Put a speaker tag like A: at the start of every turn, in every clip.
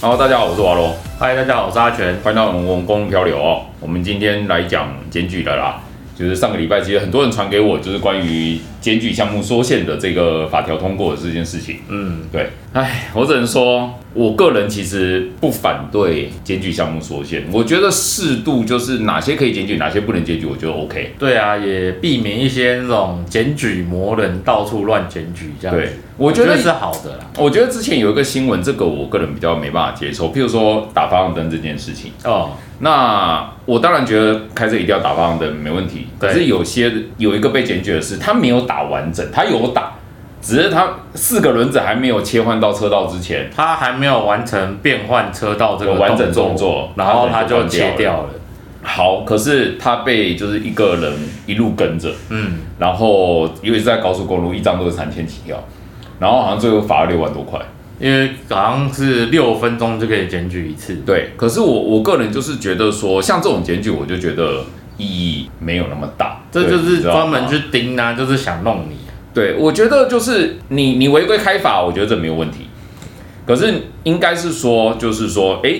A: Hello，大家好，我是华龙，
B: 嗨，大家好，我是阿全。
A: 欢迎到我们公路漂流哦。我们今天来讲检举的啦，就是上个礼拜其实很多人传给我，就是关于检举项目缩限的这个法条通过的这件事情。
B: 嗯，
A: 对，唉，我只能说，我个人其实不反对检举项目缩限，我觉得适度就是哪些可以检举，哪些不能检举，我觉得 OK。
B: 对啊，也避免一些那种检举魔人到处乱检举这样子
A: 对，，我
B: 我
A: 觉
B: 觉
A: 得
B: 得是啊好的啦。
A: 我觉得之前有一个新闻，这个我个人比较没办法接受，譬如说打方向灯这件事情。
B: 哦，
A: 那我当然觉得开车一定要打方向灯没问题，
B: 对
A: 可是有些有一个被检举的是，他没有打完整，他有打，只是他四个轮子还没有切换到车道之前，
B: 他还没有完成变换车道这个
A: 完整
B: 动
A: 动作
B: 然后
A: 他
B: 他
A: 就
B: 就切
A: 关掉
B: 掉了。
A: 好，可是他被就是一个人一路跟着，
B: 嗯，
A: 然后因为是在高速公路，一张都是三千起跳，然后好像最后罚了六万多块。
B: 因为好像是六分钟就可以检举一次。
A: 对，可是我我个人就是觉得说，像这种检举，我就觉得意义没有那么大，
B: 这就
A: 对你
B: 是
A: 知道
B: 专
A: 吗
B: 门去盯啊，就是想弄你。
A: 对，我觉得就是你你违规开罚，我觉得这没有问题。可是应该是说，就是说，哎，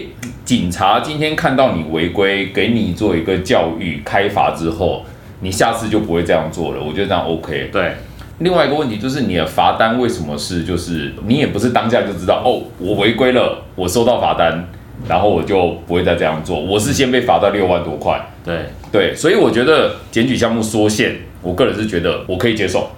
A: 警察今天看到你违规，给你做一个教育开罚之后，你下次就不会这样做了。我觉得这样 OK。
B: 对，
A: 另外一个问题就是，你的罚单为什么是就是你也不是当下就知道哦，我违规了，我收到罚单，然后我就不会再这样做。我是先被罚到六万多块，
B: 对，
A: 对，所以我觉得检举项目缩限，我个人是觉得我可以接受。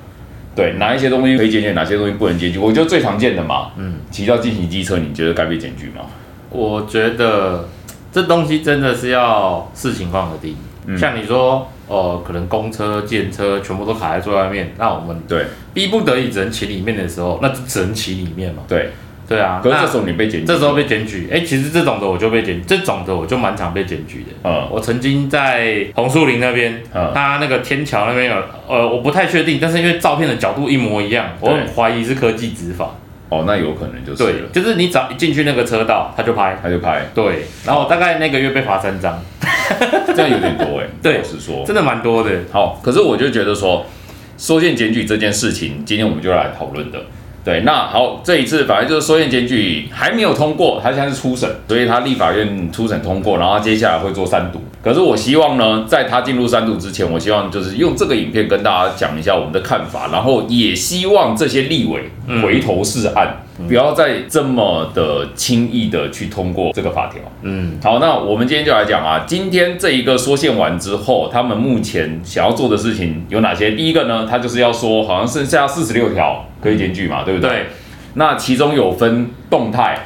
A: 对，哪一些东西可以检举，哪些东西不能检举？我觉得最常见的嘛，嗯，骑到进行机车，你觉得该被检举吗？
B: 我觉得这东西真的是要视情况而定。像你说，哦、可能公车、电车全部都卡在最外面，那我们
A: 对
B: 逼不得已只能骑里面的时候，那就只能骑里面嘛。
A: 对，
B: 对啊，
A: 可是这时
B: 候
A: 候你被检举，
B: 这时候被检举，哎、其实这种的我就被检，这种的我就蛮常被检举的。
A: 嗯
B: 我曾经在红树林那边，
A: 嗯
B: 它那个天桥那边有，呃，我不太确定，但是因为照片的角度一模一样，我
A: 对
B: 很怀疑是科技执法。
A: 哦，那有可能就是
B: 对
A: 了，，
B: 就是你只要一进去那个车道，他就拍。
A: 他就拍，
B: 对，然后我大概那个月被罚三张，
A: 这样有点多哎、
B: 对
A: 老实说，
B: 真的蛮多的。
A: 好，可是我就觉得说，缩限检举这件事情，今天我们就来讨论的。对，那好，这一次反正就是缩限检举还没有通过，它现在是初审，所以它立法院初审通过，然后它接下来会做三读。可是我希望呢，在它进入三读之前，我希望就是用这个影片跟大家讲一下我们的看法，然后也希望这些立委回头是岸，不要再这么的轻易的去通过这个法条。
B: 嗯，
A: 好，那我们今天就来讲啊，今天这一个缩限完之后，他们目前想要做的事情有哪些？第一个呢，他就是要说，好像剩下四十六条可以检举嘛，对不对？
B: 对，
A: 那其中有分动态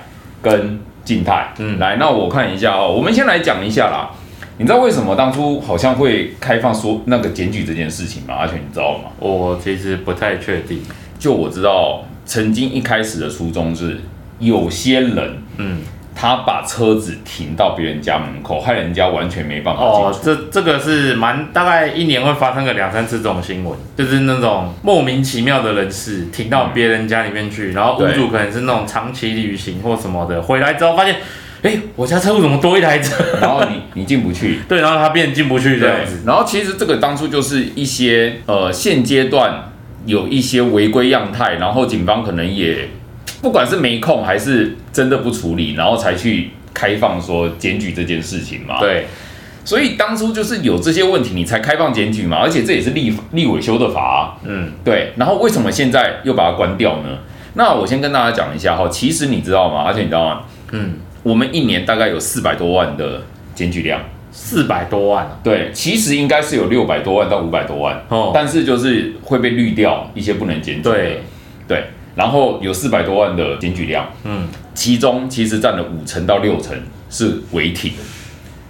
A: 跟静态。
B: 嗯
A: 来，那我看一下哦，我们先来讲一下啦。你知道为什么当初好像会开放说那个检举这件事情吗？而且你知道吗？
B: 我其实不太确定。
A: 就我知道，曾经一开始的初衷是有些人
B: 嗯，
A: 他把车子停到别人家门口，害人家完全没办法进出。
B: 哦，这这个是蛮大概一年会发生个两三次这种新闻，就是那种莫名其妙的人士停到别人家里面去，然后屋
A: 对
B: 主可能是那种长期旅行或什么的，回来之后发现，哎，我家车库怎么多一台车？。
A: 然后你你进不去
B: 哦 对，然后他变进不去这样子。
A: 然后其实这个当初就是一些呃现阶段有一些违规样态，然后警方可能也不管是没空还是真的不处理，然后才去开放说检举这件事情嘛。，
B: 对，
A: 所以当初就是有这些问题，你才开放检举嘛，而且这也是立立委修的法啊、
B: 嗯，
A: 对，然后为什么现在又把它关掉呢？那我先跟大家讲一下哈，其实你知道吗？而且你知道吗？
B: 嗯，
A: 我们一年大概有四百多万的检举量，
B: 四百多万啊
A: 对，其实应该是有六百多万到五百多万，
B: 哦，
A: 但是就是会被滤掉一些不能检举的，
B: 对，
A: 对，然后有四百多万的检举量，
B: 嗯，
A: 其中其实占了五成到六成是违停，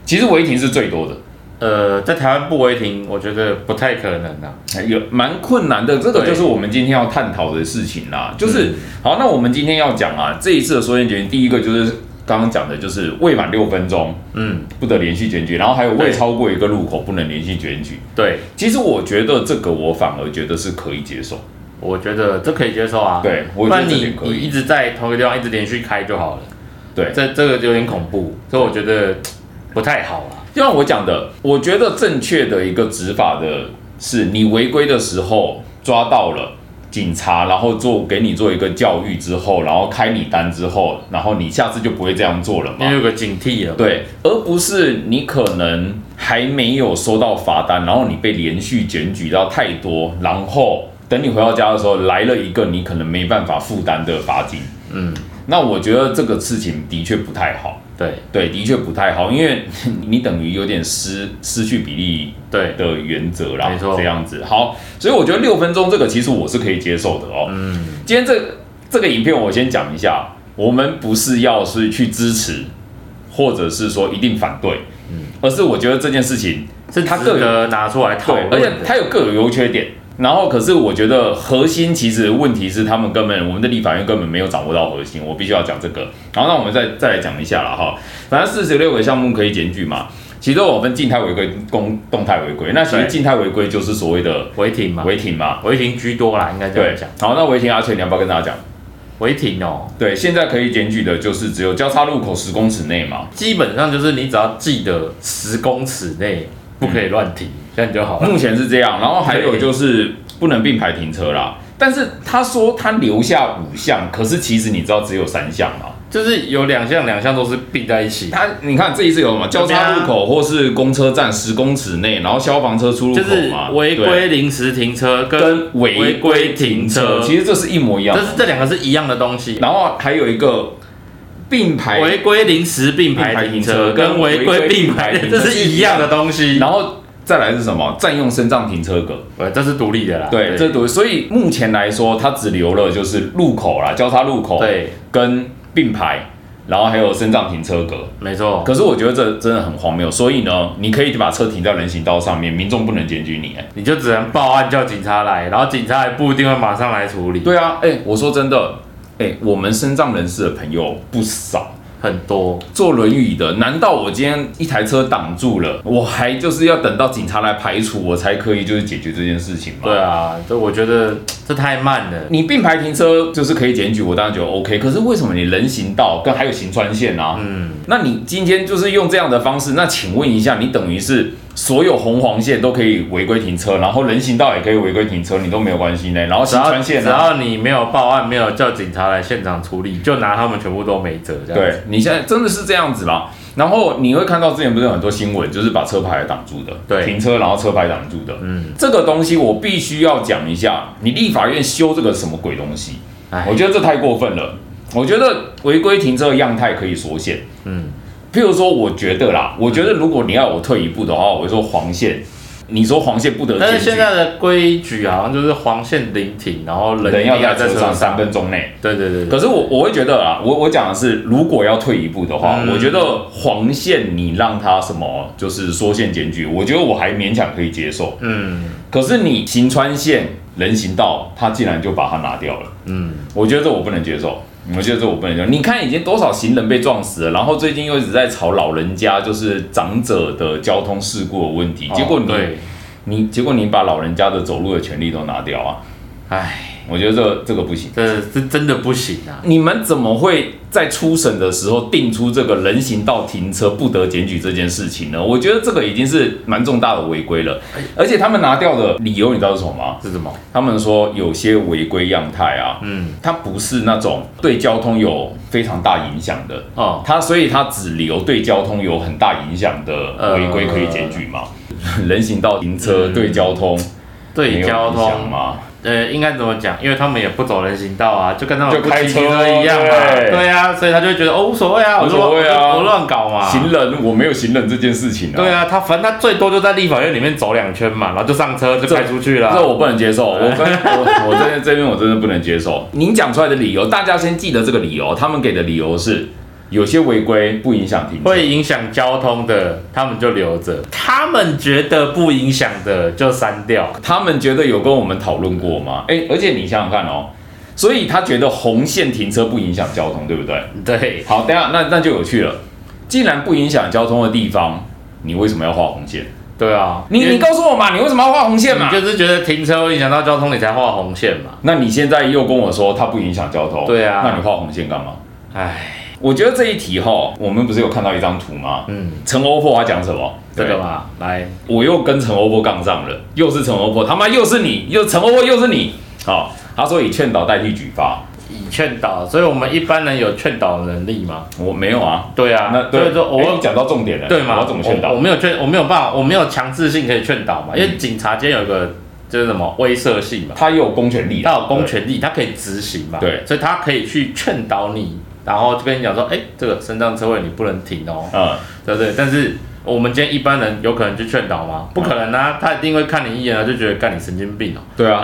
A: 其实违停是最多的。
B: 呃，在台湾不违停，我觉得不太可能啊。
A: 哎有蛮困难的，这个
B: 对
A: 就是我们今天要探讨的事情啦。就是、
B: 嗯
A: 好，那我们今天要讲啊，这一次的缩限检举，第一个就是刚刚讲的，就是未满六分钟
B: 嗯，
A: 不得连续检举，然后还有未
B: 对
A: 超过一个路口不能连续检举。
B: 对，
A: 其实我觉得这个我反而觉得是可以接受，
B: 我觉得这可以接受啊。
A: 对我
B: 不
A: 觉得
B: 然
A: 这点
B: 你
A: 可以
B: 你一直在同一个地方一直连续开就好了。
A: 对
B: 这这个有点恐怖，所以我觉得不太好啊啦。
A: 就像我讲的，我觉得正确的一个执法的是，你违规的时候抓到了，警察，然后做给你做一个教育之后，然后开你单之后，然后你下次就不会这样做了嘛
B: 因。为有个警惕啊了。，
A: 对，而不是你可能还没有收到罚单，然后你被连续检举到太多，然后等你回到家的时候来了一个你可能没办法负担的罚金。
B: 嗯，
A: 那我觉得这个事情的确不太好，
B: 对
A: 对，的确不太好，因为 你等于有点失失去比例
B: 对，
A: 的原则啦，
B: 没错
A: 这样子。好，所以我觉得六分钟这个其实我是可以接受的哦。
B: 嗯，
A: 今天这个这个影片我先讲一下，我们不是要是去支持，或者是说一定反对，
B: 嗯
A: 而是我觉得这件事情
B: 是
A: 他
B: 值
A: 个人
B: 得拿出来讨
A: 对，
B: 论的。
A: 而且它有各有优缺点。然后，可是我觉得核心其实问题是他们根本我们的立法院根本没有掌握到核心，我必须要讲这个。然后，那我们再再来讲一下了哈。反正四十六个项目可以检举嘛，其中我分静态违规、公动态违规。那其实
B: 对
A: 静态违规就是所谓的
B: 违停嘛，
A: 违停嘛，
B: 违停居多啦，应该这
A: 对
B: 样讲。。
A: 好，那违停阿全你要不要跟大家讲？
B: 违停哦，
A: 对，现在可以检举的就是只有交叉路口十公尺内嘛。
B: 基本上就是你只要记得十公尺内不可以乱停，
A: 嗯
B: 这样就好了。
A: 目前是这样，然后还有
B: 对
A: 就是不能并排停车啦。但是他说他留下五项，可是其实你知道只有三项嘛？
B: 就是有两项，两项都是并在一起，
A: 他你看这一次有什么交叉路口或是公车站十公尺内，然后消防车出入
B: 就
A: 口
B: 是
A: 嘛，
B: 违
A: 对
B: 规临时停车跟
A: 跟违规停车，其实这是一模一样
B: 但。是这两个是一样的东西。
A: 然后还有一个并排
B: 违规临时并排停车跟违规并排停车这是一样的东西。
A: 然后再来是什么？占用身障停车格。
B: 呃，这是独立的啦。
A: 对，这都所以目前来说，它只留了就是路口啦，交叉路口，，
B: 对，
A: 跟并排，然后还有升障停车格。
B: 没错。
A: 可是我觉得这真的很荒谬，所以呢，你可以把车停在人行道上面，民众不能检举你。哎，
B: 你就只能报案叫警察来，然后警察还不一定会马上来处理。，
A: 对啊，哎，我说真的，哎，我们身障人士的朋友不少。
B: 很多
A: 坐轮椅的，难道我今天一台车挡住了，我还就是要等到警察来排除，我才可以就是解决这件事情吗？
B: 对啊，这我觉得这太慢了。
A: 你并排停车就是可以检举，我当然觉得 OK。可是为什么你人行道跟还有行穿线啊？
B: 嗯，
A: 那你今天就是用这样的方式，那请问一下，你等于是所有红黄线都可以违规停车，然后人行道也可以违规停车，你都没有关系呢？然后
B: 只
A: 行
B: 要
A: 穿
B: 只
A: 线啊？
B: 要你没有报案，没有叫警察来现场处理，就拿他们全部都没辙。这样
A: 对，你现在真的是这样子吗？然后你会看到之前不是有很多新闻，就是把车牌挡住的，
B: 对
A: 停车然后车牌挡住的，
B: 嗯，
A: 这个东西我必须要讲一下，你立法院修这个什么鬼东西？
B: 哎
A: 我觉得这太过分了。我觉得违规停车的样态可以缩限。
B: 嗯，
A: 譬如说，我觉得啦，我觉得如果你要我退一步的话，我会说黄线，你说黄线不得
B: 但
A: 检
B: 是
A: 举，
B: 现在的规矩好像就是黄线临停，然后人
A: 人
B: 一定
A: 要
B: 要
A: 在
B: 在
A: 车
B: 车
A: 上三分钟内。
B: 对对对对，
A: 可是我我会觉得啊，我我讲的是，如果要退一步的话，
B: 嗯
A: 我觉得黄线你让它什么就是缩线检举，我觉得我还勉强可以接受。
B: 嗯
A: 可是你行穿线、人行道，他竟然就把它拿掉了。
B: 嗯，
A: 我觉得这我不能接受，我觉得这我不能接受。你看，已经多少行人被撞死了，然后最近又一直在吵老人家就是长者的交通事故的问题，结果
B: 哦
A: 你、
B: 对，
A: 你结果你把老人家的走路的权利都拿掉啊，
B: 哎，
A: 我觉得这这个不行。
B: 这这真的不行啊。
A: 你们怎么会在初审的时候定出这个人行道停车不得检举这件事情呢？我觉得这个已经是蛮重大的违规了，而且他们拿掉的理由你知道是什么吗？
B: 是什么？
A: 他们说有些违规样态啊，
B: 嗯，
A: 它不是那种对交通有非常大影响的，
B: 哦，
A: 它所以它只留对交通有很大影响的违规可以检举嘛？人行道停车
B: 呃嗯
A: 对交通没
B: 对
A: 有
B: 交
A: 影响
B: 通，
A: 嘛？
B: 呃，应该怎么讲？因为他们也不走人行道啊，就跟他们
A: 就
B: 不
A: 开
B: 骑
A: 车
B: 车一样嘛。
A: 对
B: 对啊，所以他就会觉得哦，无所谓啊，我
A: 无所谓啊
B: 我我乱搞嘛。
A: 行人我没有行人这件事情啊，
B: 对啊，他反正他最多就在立法院里面走两圈嘛，然后就上车就开出去
A: 这
B: 了。
A: 我不能接受，我跟我我这这边我真的不能接受。您讲出来的理由，大家先记得这个理由，他们给的理由是有些违规不影响停车，
B: 会影响交通的，他们就留着；他们觉得不影响的，就删掉。
A: 他们觉得有跟我们讨论过吗？哎、而且你想想看哦，所以他觉得红线停车不影响交通，对不对？
B: 对，
A: 好，等一下那那就有趣了。既然不影响交通的地方，你为什么要画红线？
B: 对啊，
A: 你
B: 因为
A: 你告诉我嘛，你为什么要画红线嘛
B: 你？就是觉得停车会影响到交通，你才画红线嘛。
A: 那你现在又跟我说它不影响交通，
B: 对啊
A: 那你画红线干嘛？
B: 唉，
A: 我觉得这一题哈，我们不是有看到一张图吗？
B: 嗯，
A: 陈欧珀他讲什么？
B: 这个
A: 对，
B: 嘛，来，
A: 我又跟陈欧珀杠上了，又是陈欧珀，他妈又是你，又陈欧珀又是你，好，他说以劝导代替举发，
B: 以劝导，所以我们一般人有劝导能力吗？
A: 我没有啊。
B: 对啊，
A: 那
B: 所以说
A: 哎
B: 我
A: 你讲到重点了，
B: 对嘛，
A: 我要怎么劝
B: 我
A: 导嗯
B: 我？没有劝，我没有办法，我没有强制性可以劝导嘛，因为警察今天有个就是什么威慑性嘛，
A: 他也有公权力
B: 他
A: 啊，
B: 有公权力，他可以执行嘛，
A: 对
B: 所以他可以去劝导你，然后就跟你讲说，哎，这个身障车位你不能停哦，
A: 对，嗯，
B: 对不对？但是我们今天一般人有可能去劝导吗？不可能啊，他一定会看你一眼啊，就觉得干你神经病哦。
A: 对 啊，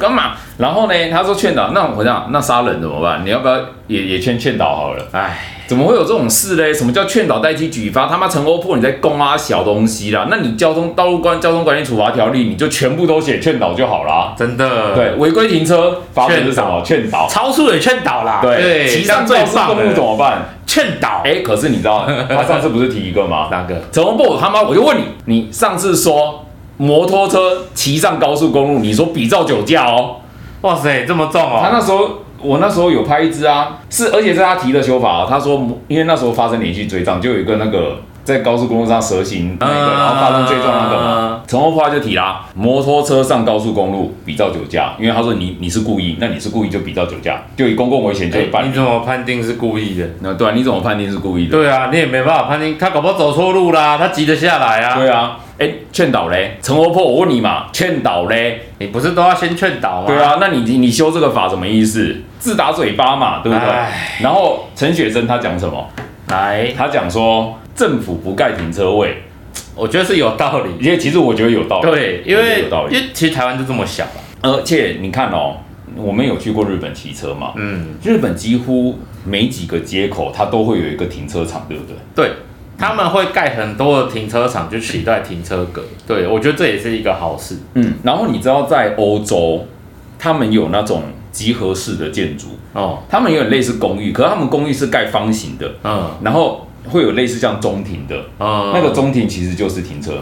A: 干嘛？然后呢？他说劝导，那我想那杀人怎么办？你要不要也也劝劝导好了？
B: 哎，
A: 怎么会有这种事嘞？什么叫劝导代替举发？他妈陈欧破你在供啊小东西啦！那你交通道路关交通管理处罚条例，你就全部都写劝导就好啦。
B: 真的，，
A: 对，呃违规停车罚款是什么？劝导。
B: 超速也劝导啦，
A: 对，骑
B: 骑
A: 上
B: 上
A: 最
B: 最
A: 速
B: 棒
A: 公路怎
B: 的
A: 么办？
B: 劝导，
A: 哎，可是你知道 他上次不是提一个吗？
B: 哪个？
A: 陈欧破他妈，我就问你，你上次说摩托车骑上高速公路，你说比照酒驾哦？
B: 哇塞，这么重
A: 他
B: 哦！
A: 那时候，我那时候有拍一支啊，是而且是他提的修法、啊，他说因为那时候发生连续追撞，就有一个那个在高速公路上蛇行那个，
B: 嗯
A: 然后发生追撞那个嘛，陈欧他就提啦，摩托车上高速公路比照酒驾，因为他说你你是故意，那你是故意就比照酒驾，就以公共危险罪
B: 哎
A: 办
B: 你。怎么判定是故意的？
A: 那对啊，你怎么判定是故意的？
B: 对啊，你也没办法判定，他搞不好走错路啦，他急得下来啊。
A: 对啊，哎，劝导嘞，陈欧破，我问你嘛，劝导嘞，
B: 你不是都要先劝导吗？
A: 对，啊，那你你你修这个法什么意思？自打嘴巴嘛，对不对
B: 唉？
A: 然后陈雪生他讲什么？
B: 来，
A: 他讲说政府不盖停车位，
B: 我觉得是有道理。
A: 因为其实我觉得有道理。
B: 对，因
A: 我觉得
B: 为
A: 有道
B: 因
A: 理。
B: 为其实台湾就这么小啊。
A: 而且你看哦，我们有去过日本骑车嘛？
B: 嗯，
A: 日本几乎每几个街口它都会有一个停车场，对不对？
B: 对，他们会盖很多的停车场去取代停车格。对，我觉得这也是一个好事。
A: 嗯。然后你知道在欧洲，他们有那种集合式的建筑，
B: 哦，
A: 他们有点类似公寓，可是他们公寓是盖方形的，
B: 嗯
A: 然后会有类似像中庭的。
B: 嗯，
A: 那个中庭其实就是停车，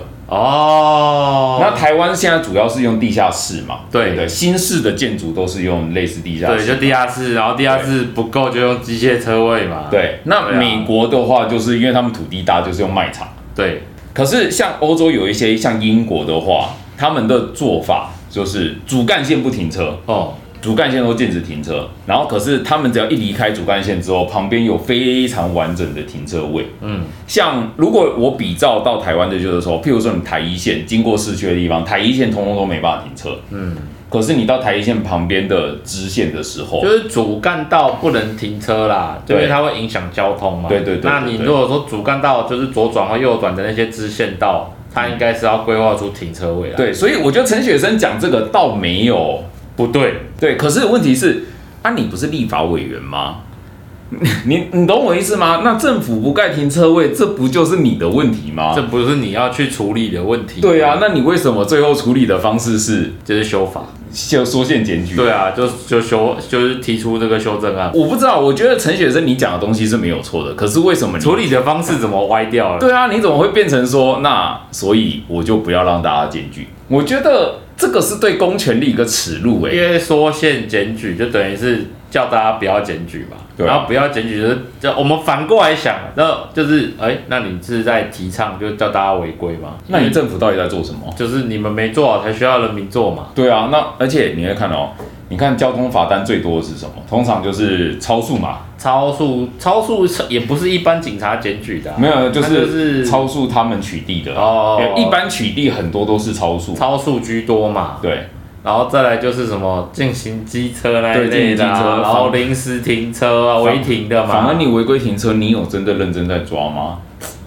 B: 哦，
A: 那台湾现在主要是用地下室嘛，
B: 对
A: 不对，新式的建筑都是用类似地下室，
B: 对，就地下室，然后地下室不够就用机械车位嘛。
A: 对，那
B: 对啊
A: 美国的话，就是因为他们土地大，就是用卖场。
B: 对，
A: 可是像欧洲有一些像英国的话，他们的做法就是主干线不停车，
B: 哦，
A: 主干线都禁止停车。然后可是他们只要一离开主干线之后，旁边有非常完整的停车位。
B: 嗯，
A: 像如果我比照到台湾的，就是说，譬如说你台一线经过市区的地方，台一线通通都没办法停车。嗯，可是你到台一线旁边的支线的时候
B: 就，是主干道不能停车啦，
A: 哦对
B: 因为它会影响交通嘛。
A: 对对对对
B: 那你如果说主干道就是左转或右转的那些支线道，它应该是要规划出停车位啦。，
A: 对，所以我觉得陈雪生讲这个倒没有。
B: 不对？
A: 对，可是问题是，啊，你不是立法委员吗？你你懂我意思吗？那政府不盖停车位，这不就是你的问题吗
B: 这？不是你要去处理的问题。
A: 啊对啊，，那你为什么最后处理的方式是
B: 就是修法。
A: 就缩限检举？
B: 对啊，就就修就是提出这个修正案，
A: 我不知道，我觉得陈雪生你讲的东西是没有错的，可是为什么你
B: 处理的方式怎么歪掉了？
A: 对啊，你怎么会变成说那？所以我就不要让大家检举。我觉得这个是对公权力一个耻辱哎诶、
B: 因为缩限检举就等于是叫大家不要检举嘛，
A: 对啊
B: 然后不要检举就是就我们反过来想，那就是哎、那你是在提倡就叫大家违规嘛？
A: 那你
B: 因为
A: 政府到底在做什么？
B: 就是你们没做好才需要人民做嘛？
A: 对啊，那而且你会看哦，你看交通罚单最多的是什么？通常就是超速嘛，
B: 超速超速是也不是一般警察检举的啊、
A: 没有就
B: 那
A: 是
B: 就是
A: 超速他们取缔的
B: 哦
A: 因为一般取缔很多都是超速，
B: 超速居多嘛，
A: 对
B: 然后再来就是什么进行机车那一
A: 对
B: 类的
A: 进行机车
B: 啊、然后临时停车啊、
A: 反
B: 违停的
A: 反而
B: 嘛，
A: 你违规停车，你有真的认真在抓吗？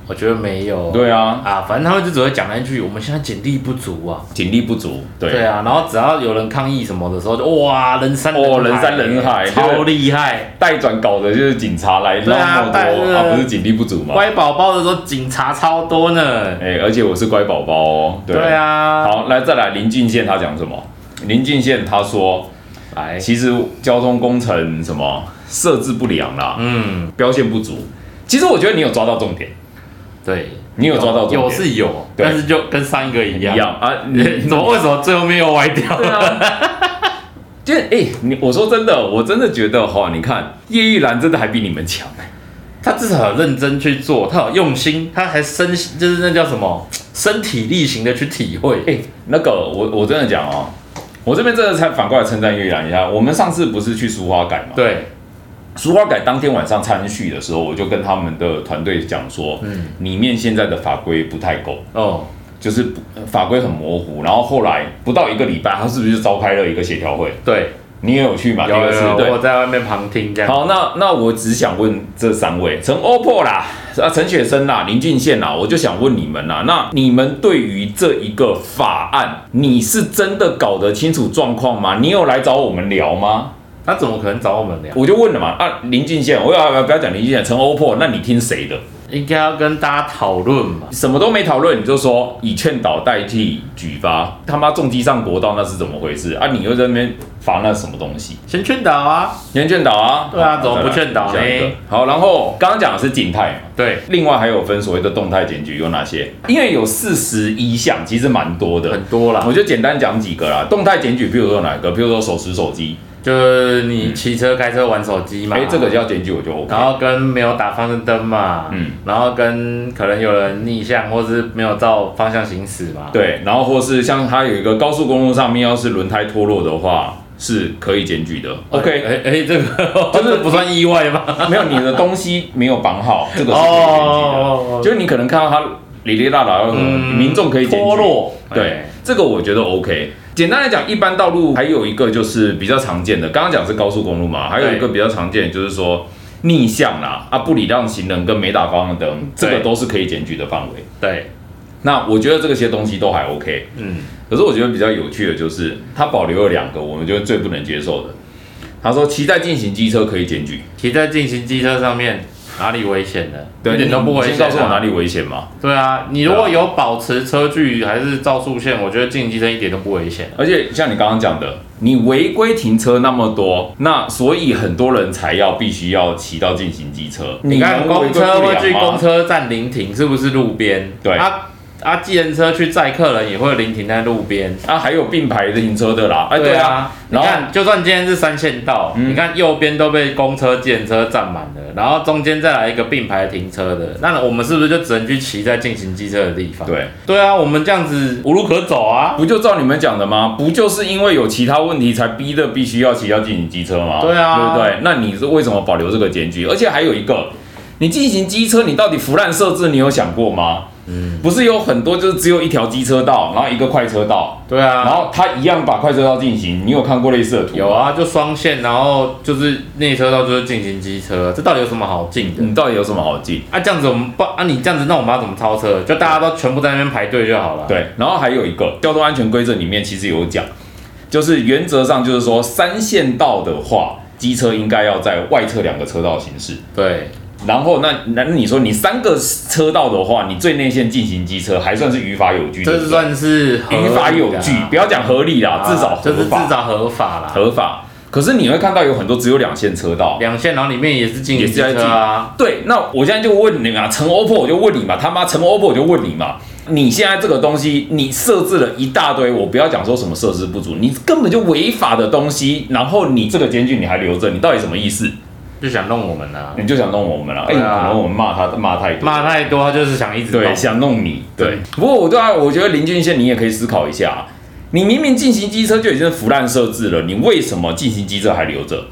B: 我觉得没有。
A: 对啊，
B: 啊，反正他们就只会讲那一句，我们现在警力不足啊。
A: 警力不足，对，
B: 对啊，然后只要有人抗议什么的时候，就哇，人山
A: 哦
B: 海
A: 人山人海
B: 超厉害。
A: 代转搞的就是警察来闹
B: 对啊
A: 那么
B: 带
A: 多，
B: 着
A: 啊，不是警力不足吗？
B: 乖宝宝的时候，警察超多呢。
A: 哎，而且我是乖宝宝哦，对
B: 对。啊，
A: 好，来再来林俊宪他讲什么？林俊宪他说，
B: 来，
A: 其实交通工程什么设置不良啦，
B: 嗯，
A: 标线不足。其实我觉得你有抓到重点，
B: 对，
A: 你有抓到重点
B: 有是有，
A: 对
B: 但是就跟上一个一
A: 一
B: 样。
A: 样啊，你
B: 怎么为什么最后面又歪掉
A: 对
B: 了？
A: 啊？就是哎、你我说真的，我真的觉得哈，你看叶玉兰真的还比你们强、
B: 他至少有认真去做，他有用心，他还身就是那叫什么身体力行的去体会。
A: 哎、那个我我真的讲哦，我这边真的才反过来称赞阅览一下。我们上次不是去苏花改嘛？
B: 对，
A: 苏花改当天晚上参叙的时候，我就跟他们的团队讲说，
B: 嗯，
A: 里面现在的法规不太够，
B: 哦，
A: 就是不法规很模糊。然后后来不到一个礼拜，他是不是就召开了一个协调会？
B: 对，
A: 你啊也有去嘛？第
B: 有
A: 二
B: 有
A: 次
B: 有，
A: 对
B: 我。在外面旁听这样。
A: 好，那那我只想问这三位，陈 OPPO 啦，啊，陈雪生啦，林俊宪啦，我就想问你们啦，那你们对于这一个法案，你是真的搞得清楚状况吗？你有来找我们聊吗？
B: 他怎么可能找我们聊？
A: 我就问了嘛，啊，林俊宪，我要不要讲林俊宪？陈 OPPO，那你听谁的？
B: 应该要跟大家讨论嘛。
A: 什么都没讨论，你就说以劝导代替举发，他妈重机上国道那是怎么回事啊？你又在那边罚那什么东西？
B: 先劝导啊，
A: 先劝导啊？
B: 对啊
A: 好
B: 怎么
A: 再
B: 不
A: 来
B: 劝导呢
A: 下一个好，然后刚刚讲的是静态嘛。
B: 对，
A: 另外还有分所谓的动态检举有哪些？因为有四十一项，其实蛮多的
B: 很。多啦，
A: 我就简单讲几个啦。动态检举，比如说哪个？比如说手持手机，
B: 就是你骑车、开车玩手机嘛。
A: 哎、这个。叫检举，我就 OK
B: 然。后跟没有打方向灯嘛，
A: 嗯，
B: 然后跟可能有人逆向或是没有照方向行驶嘛，
A: 对，然后或是像它有一个高速公路上面，要是轮胎脱落的话，是可以检举的。OK，
B: 哎哎，这个
A: 就是
B: 这不算意外吗？
A: 没有你的东西没有绑 好，这个
B: 哦
A: 是可以检举的。就是你可能看到它里里拉拉，
B: 嗯
A: 民众可以检举。
B: 脱落，
A: 对
B: 哎，，
A: 这个我觉得 OK。简单来讲，一般道路还有一个就是比较常见的，刚刚讲是高速公路嘛，还有一个比较常见的就是说逆向啦，啊不礼让行人跟没打方向灯，这
B: 对
A: 个都是可以检举的范围。
B: 对，
A: 那我觉得这个些东西都还 OK，
B: 嗯，
A: 可是我觉得比较有趣的就是它保留了两个我们觉得最不能接受的。他说骑在进行机车可以检举，
B: 骑在进行机车上面哪里危险了？一点都不
A: 你
B: 危
A: 先告
B: 险
A: 诉我哪
B: 啊。
A: 里危险嘛。
B: 对啊，你如果有保持车距还是照速线，我觉得进行机车一点都不危险。
A: 而且像你刚刚讲的，你违规停车那么多，那所以很多人才要必须要骑到进行机车。
B: 你看
A: 能
B: 公
A: 违
B: 车
A: 规不
B: 会
A: 良
B: 去
A: 吗
B: 公车站临停，是不是路边？
A: 对
B: 啊啊，计程车去载客人也会临停在路边。
A: 啊，还有并排停车的啦。哎，对啊，
B: 你
A: 然后
B: 看，就算今天是三线道，
A: 嗯
B: 你看右边都被公车、电车占满了，然后中间再来一个并排停车的，那我们是不是就只能去骑在进行机车的地方？，
A: 对，
B: 对啊，我们这样子无路可走啊。
A: 不就照你们讲的吗？不就是因为有其他问题才逼的必须要骑到进行机车吗？
B: 对啊
A: 对不对？那你是为什么保留这个检举？而且还有一个，你进行机车，你到底腐烂设置，你有想过吗？嗯，不是有很多就是只有一条机车道，然后一个快车道，
B: 对啊，
A: 然后他一样把快车道进行，你有看过类似的图吗？
B: 有啊，就双线，然后就是内车道就是进行机车，啊这到底有什么好进的？
A: 你到底有什么好记？
B: 啊，这样子我们不啊，你这样子，那我们要怎么超车？就大家都全部在那边排队就好了。，
A: 对，然后还有一个交通安全规则里面其实有讲，就是原则上就是说三线道的话，机车应该要在外侧两个车道行驶。
B: 对，
A: 然后那那那你说你三个车道的话，你最内线进行机车还算是于法有据，
B: 这
A: 对
B: 是
A: 不对
B: 算是合
A: 于法有
B: 理的啊
A: 据，不要讲合理啦，至少
B: 啊就是
A: 合
B: 至
A: 法
B: 少合法啦。
A: 合法。可是你会看到有很多只有两线车道，
B: 两线，然后里面也是进
A: 也是
B: 行机
A: 在
B: 车啊，
A: 对，那我现在就问你嘛，陈 OPPO 我就问你嘛，他妈陈 OPPO 我就问你嘛，你现在这个东西，你设置了一大堆，我不要讲说什么设置不足，你根本就违法的东西，然后你这个检举你还留着，你到底什么意思？
B: 就想弄我们啊，
A: 你就想弄我们了、哎、
B: 对啊
A: 可能我们骂他骂太多，
B: 骂太多，他就是想一直
A: 对，
B: 弄。
A: 想弄你，对
B: 对。
A: 不过我对啊，我觉得林俊宪你也可以思考一下啊、你明明进行机车就已经是腐烂设置了，你为什么进行机车还留着？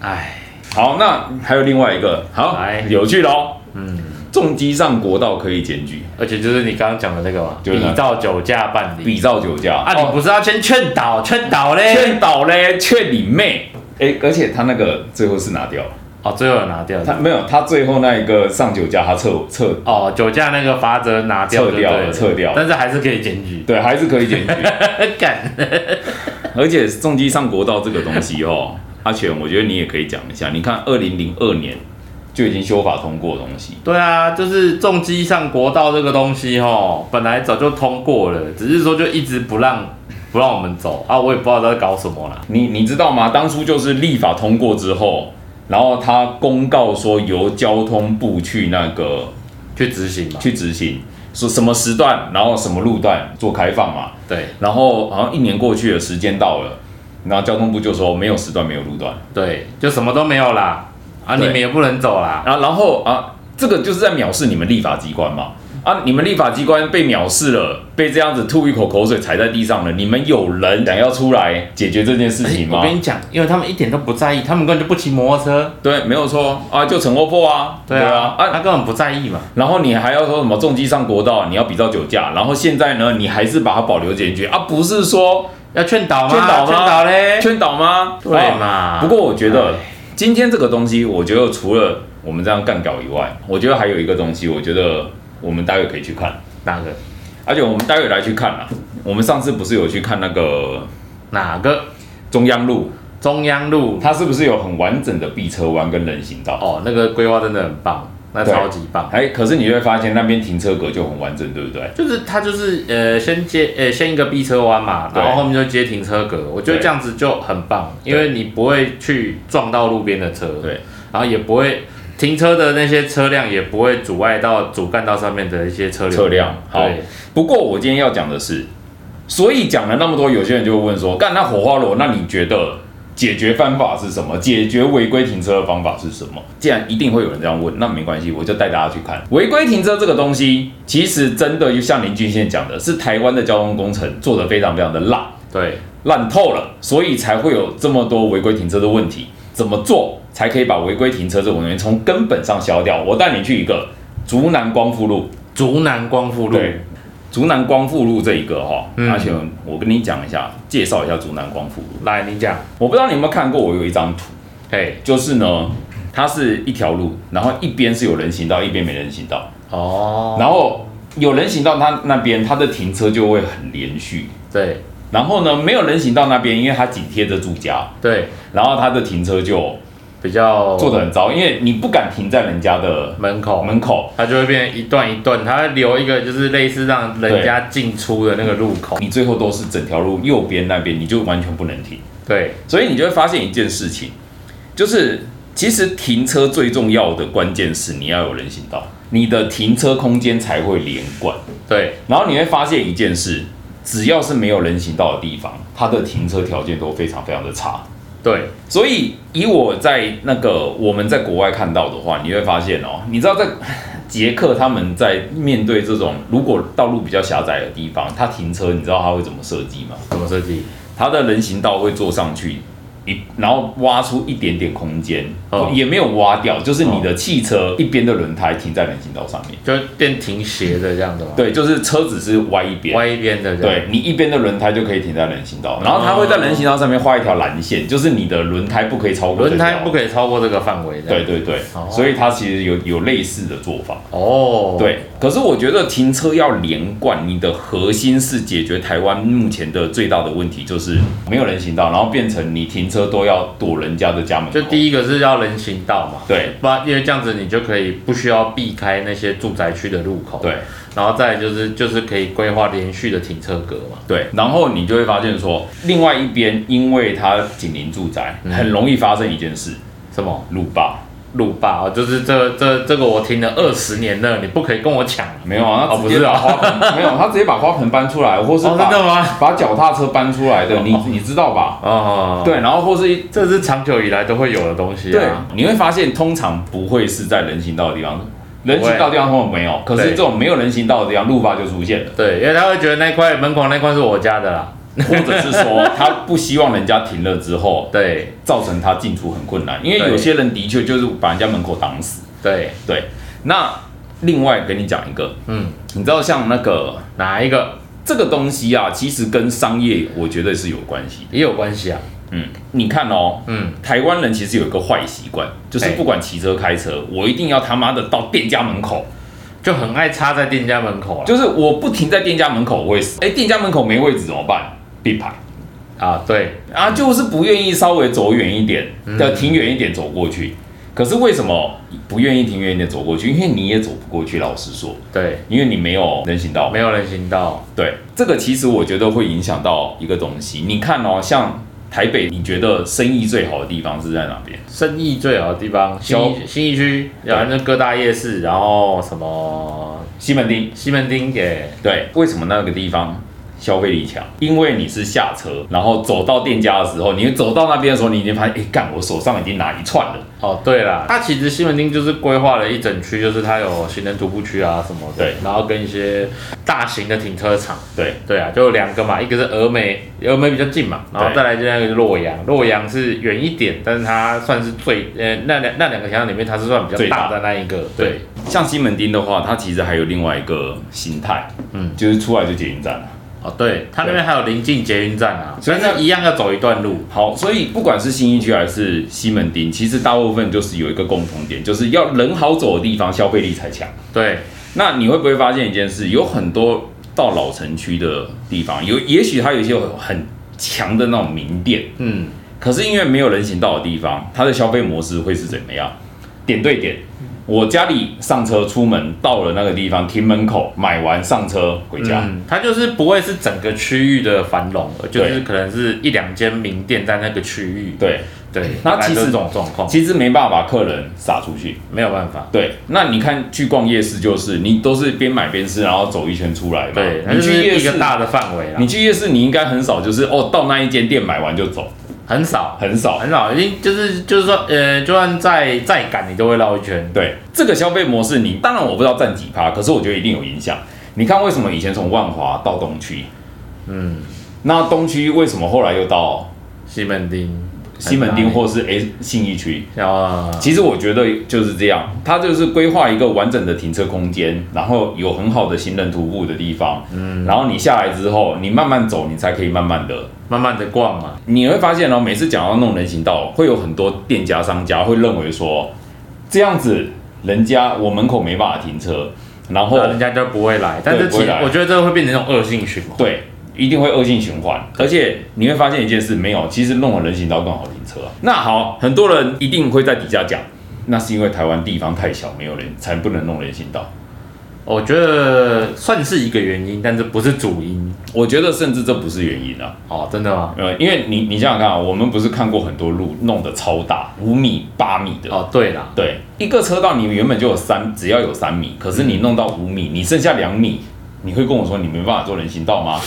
B: 哎，
A: 好，那还有另外一个，好
B: 来，
A: 有趣喽，
B: 嗯，
A: 重机上国道可以检举。
B: 而且就是你刚刚讲的那个嘛，
A: 就是那
B: 比照酒驾办理
A: 比照酒驾
B: 啊，你
A: 哦
B: 不是要先劝导劝导
A: 劝
B: 嘞？
A: 导嘞，劝你妹。哎、而且他那个最后是拿掉了，
B: 哦，最后有拿掉
A: 他没有，他最后那一个上酒驾，他撤撤，
B: 哦，酒驾那个罚则拿掉
A: 撤
B: 就对
A: 掉了
B: 了，
A: 撤掉了
B: 但是还是可以检举。哎
A: 对，还是可以 检举。
B: 干，
A: 而且重机上国道这个东西哦，阿全，我觉得你也可以讲一下。你看，二零零二年就已经修法通过的东西，
B: 对啊，就是重机上国道这个东西吼，本来早就通过了，只是说就一直不让不让我们走啊，我也不知道在搞什么啦。
A: 你你知道吗？当初就是立法通过之后，然后他公告说由交通部去那个
B: 去执行嘛，
A: 去执行，说什么时段，然后什么路段做开放嘛。
B: 对
A: 然后好像一年过去了，时间到了，然后交通部就说没有时段，没有路段，
B: 对，就什么都没有啦，啊，
A: 对
B: 你们也不能走啦。
A: 啊，然后啊，这个就是在藐视你们立法机关嘛。啊，你们立法机关被藐视了，被这样子吐一口口水踩在地上了，你们有人想要出来解决这件事情吗
B: 哎我？跟你讲，因为他们一点都不在意，他们根本就不骑摩托车。
A: 对，没有错啊，就乘 OPPO 啊，
B: 对啊，
A: 啊，
B: 他根本不在意嘛。
A: 然后你还要说什么重机上国道，你要比照酒驾，然后现在呢，你还是把它保留检举啊，不是说
B: 要劝导吗？
A: 劝导吗
B: 劝导嘞？
A: 劝导吗？
B: 对
A: 啊
B: 嘛？
A: 不过我觉得今天这个东西，我觉得除了我们这样干搞以外，我觉得还有一个东西，我觉得我们待会可以去看，
B: 哪个
A: 而且我们待会来去看啊。我们上次不是有去看那个
B: 哪个
A: 中央路，
B: 中央路？
A: 它是不是有很完整的避车弯跟人行道？
B: 哦，那个规划真的很棒，那
A: 对
B: 超级棒。
A: 哎，可是你会发现那边停车格就很完整，对不对？
B: 就是它就是呃先接呃先一个逼车弯嘛，
A: 对
B: 然后后面就接停车格，我觉
A: 对
B: 得这样子就很棒，因为你不会去撞到路边的车，
A: 对，
B: 然后也不会停车的那些车辆也不会阻碍到主干道上面的一些车流
A: 车辆好。
B: 对
A: 不过我今天要讲的是，所以讲了那么多，有些人就会问说，干那火花罗，那你觉得解决方法是什么？解决违规停车的方法是什么？既然一定会有人这样问，那没关系，我就带大家去看违规停车这个东西，其实真的就像林俊宪讲的，是台湾的交通工程做得非常非常的烂，
B: 对，
A: 烂透了，所以才会有这么多违规停车的问题。怎么做才可以把违规停车这种东西从根本上消掉？我带你去一个竹南光复路，
B: 竹南光复路，
A: 对，竹南光复路这一个哈、
B: 嗯
A: 而且我跟你讲一下，介绍一下竹南光复路。
B: 来你讲，
A: 我不知道你有没有看过，我有一张图，
B: 嘿，
A: 就是呢，它是一条路，然后一边是有人行道，一边没人行道，
B: 哦，
A: 然后有人行道它那边它的停车就会很连续，
B: 对
A: 然后呢没有人行道那边，因为它紧贴着住家，
B: 对，
A: 然后它的停车就
B: 比较
A: 做得很糟，因为你不敢停在人家的
B: 门口，
A: 门口，
B: 它就会变成一段一段，它会留一个就是类似让人家进出的那个路口，
A: 你最后都是整条路右边那边你就完全不能停。
B: 对
A: 所以你就会发现一件事情，就是其实停车最重要的关键是你要有人行道，你的停车空间才会连贯。
B: 对，
A: 然后你会发现一件事，只要是没有人行道的地方，它的停车条件都非常非常的差。
B: 对，
A: 所以以我在那个我们在国外看到的话，你会发现哦，你知道在 捷克他们在面对这种如果道路比较狭窄的地方，它停车你知道它会怎么设计吗？
B: 怎么设计？
A: 它的人行道会做上去，一然后挖出一点点空间，
B: 哦
A: 也没有挖掉，就是你的汽车一边的轮胎停在人行道上面，
B: 就变停斜的这样子嘛，
A: 对，就是车子是歪一边。
B: 歪一边哦的这样，
A: 对你一边的轮胎就可以停在人行道，然后它会在人行道上面画一条蓝线，就是你的轮胎不可以超过
B: 轮胎不
A: 以。
B: 可以超过这个范围的，
A: 对，对对，
B: 哦
A: 所以它其实有有类似的做法。
B: 哦，
A: 对，可是我觉得停车要连贯，你的核心是解决台湾目前的最大的问题，就是没有人行道，然后变成你停车都要躲人家的家门口。
B: 就第一个是要人行道嘛，
A: 对
B: 不然因为这样子你就可以不需要避开那些住宅区的路口，，
A: 对
B: 然后再来就是就是可以规划连续的停车格嘛，
A: 对，然后你就会发现说，另外一边因为它紧邻住宅，很容易发生一件事，
B: 什么
A: 路霸。
B: 路霸哦，就是这这这个我停了二十年了，你不可以跟我抢，
A: 没有啊，他
B: 哦
A: 直接
B: 不是
A: 把
B: 啊
A: 花盆、 没有，他直接把花盆搬出来，或是
B: 哦
A: 把、
B: 真的吗
A: 把脚踏车搬出来的，你
B: 哦
A: 你知道吧？
B: 哦，
A: 对，然后或是一
B: 这是长久以来都会有的东西
A: 对
B: 啊。，
A: 你会发现通常不会是在人行道的地方，人行道的地方通常没有，可是
B: 对，
A: 这种没有人行道的地方，路霸就出现了
B: 对，因为他会觉得那块门口那块是我家的啦。
A: 或者是说他不希望人家停了之后，
B: 对
A: 造成他进出很困难，因为
B: 对
A: 有些人的确就是把人家门口挡死。
B: 对，
A: 对，那另外跟你讲一个，
B: 嗯，
A: 你知道像那个
B: 哪一个
A: 这个东西啊，其实跟商业我觉得是有关系的。
B: 也有关系啊？
A: 嗯，你看哦，
B: 嗯，
A: 台湾人其实有一个坏习惯，就是
B: 哎
A: 不管骑车开车，我一定要他妈的到店家门口。
B: 就很爱插在店家门口了
A: 就是我不停在店家门口，我会死。哎、店家门口没位置怎么办？并排
B: 啊。对，
A: 啊，就是不愿意稍微走远一点，要、停远一点走过去。可是为什么不愿意停远一点走过去？因为你也走不过去。老实说，
B: 对，
A: 因为你没有人行道。
B: 没有人行道，
A: 对，这个其实我觉得会影响到一个东西。你看哦，像台北，你觉得生意最好的地方是在哪边？
B: 生意最好的地方，新义新义区，
A: 对
B: 然后就各大夜市，然后什么
A: 西门町。
B: 西门町也
A: 对，为什么那个地方消费力强，因为你是下车，然后走到店家的时候，你走到那边的时候，你已经发现，哎、干，我手上已经拿一串了。
B: 哦，对啦，它其实西门町就是规划了一整区，就是它有行人徒步区啊什么的，
A: 对
B: 然后跟一些大型的停车场，
A: 对，
B: 对啊，就两个嘛，一个是峨眉，峨眉比较近嘛，然后
A: 对
B: 再来另外一个是洛阳，洛阳是远一点，但是它算是最呃那两那两个想想里面它是算比较
A: 最
B: 大
A: 大
B: 的那一个，
A: 对，像西门町的话，它其实还有另外一个形态，
B: 嗯
A: 嗯，就是出来就捷运站了。
B: 哦对，它那边还有临近捷运站啊，
A: 所以
B: 但是一样要走一段路，
A: 好，所以不管是新一区还是西门町，其实大部分就是有一个共同点，就是要人好走的地方，消费力才强。
B: 对，
A: 那你会不会发现一件事？有很多到老城区的地方，有也许它有一些很强的那种名店，
B: 嗯，
A: 可是因为没有人行道的地方，它的消费模式会是怎么样？点对点，我家里上车出门到了那个地方，停门口买完上车回家。
B: 嗯，它就是不会是整个区域的繁荣，就是
A: 对
B: 可能是一两间名店在那个区域，
A: 对，
B: 对，
A: 那
B: 大概
A: 其
B: 就是
A: 实
B: 这种状况
A: 其实没办法把客人撒出去。
B: 没有办法。
A: 对，那你看去逛夜市就是，你都是边买边吃，然后走一圈出来嘛。
B: 对，它
A: 你
B: 就
A: 去
B: 是
A: 夜
B: 一
A: 市
B: 个，大的范围啦
A: 你，去夜市，你应该很少就是哦，到那一间店买完就走，
B: 很少
A: 很少。
B: 很少，已经就是就是说，呃，就算再再赶，你都会绕一圈。
A: 对这个消费模式你，当然我不知道占几趴，可是我觉得一定有影响。你看为什么以前从万华到东区，
B: 嗯，
A: 那东区为什么后来又到
B: 西门町、
A: 西门町或是 A 信义区？
B: 然后
A: 其实我觉得就是这样，它就是规划一个完整的停车空间，然后有很好的行人徒步的地方，嗯，然后你下来之后，你慢慢走，你才可以慢慢的。
B: 慢慢的逛嘛，
A: 你会发现哦，每次讲到弄人行道，会有很多店家商家会认为说，这样子人家我门口没办法停车，然后
B: 然后人家就不会来。但是
A: 对不
B: 其
A: 会
B: 实
A: 来
B: 我觉得这会变成一种恶性循环。
A: 对，一定会恶性循环。而且你会发现一件事，没有，其实弄了人行道更好停车啊、那好，很多人一定会在底下讲，那是因为台湾地方太小，没有人才不能弄人行道。
B: 哦我觉得算是一个原因，但是不是主因。
A: 我觉得甚至这不是原因啊，
B: 哦，真的吗？
A: 呃，因为你你想想看啊，我们不是看过很多路弄得超大，五米、八米的。
B: 哦，对啦，
A: 对，一个车道你原本就有三，只要有三米，可是你弄到五米，你剩下两米，你会跟我说你没办法做人行道吗？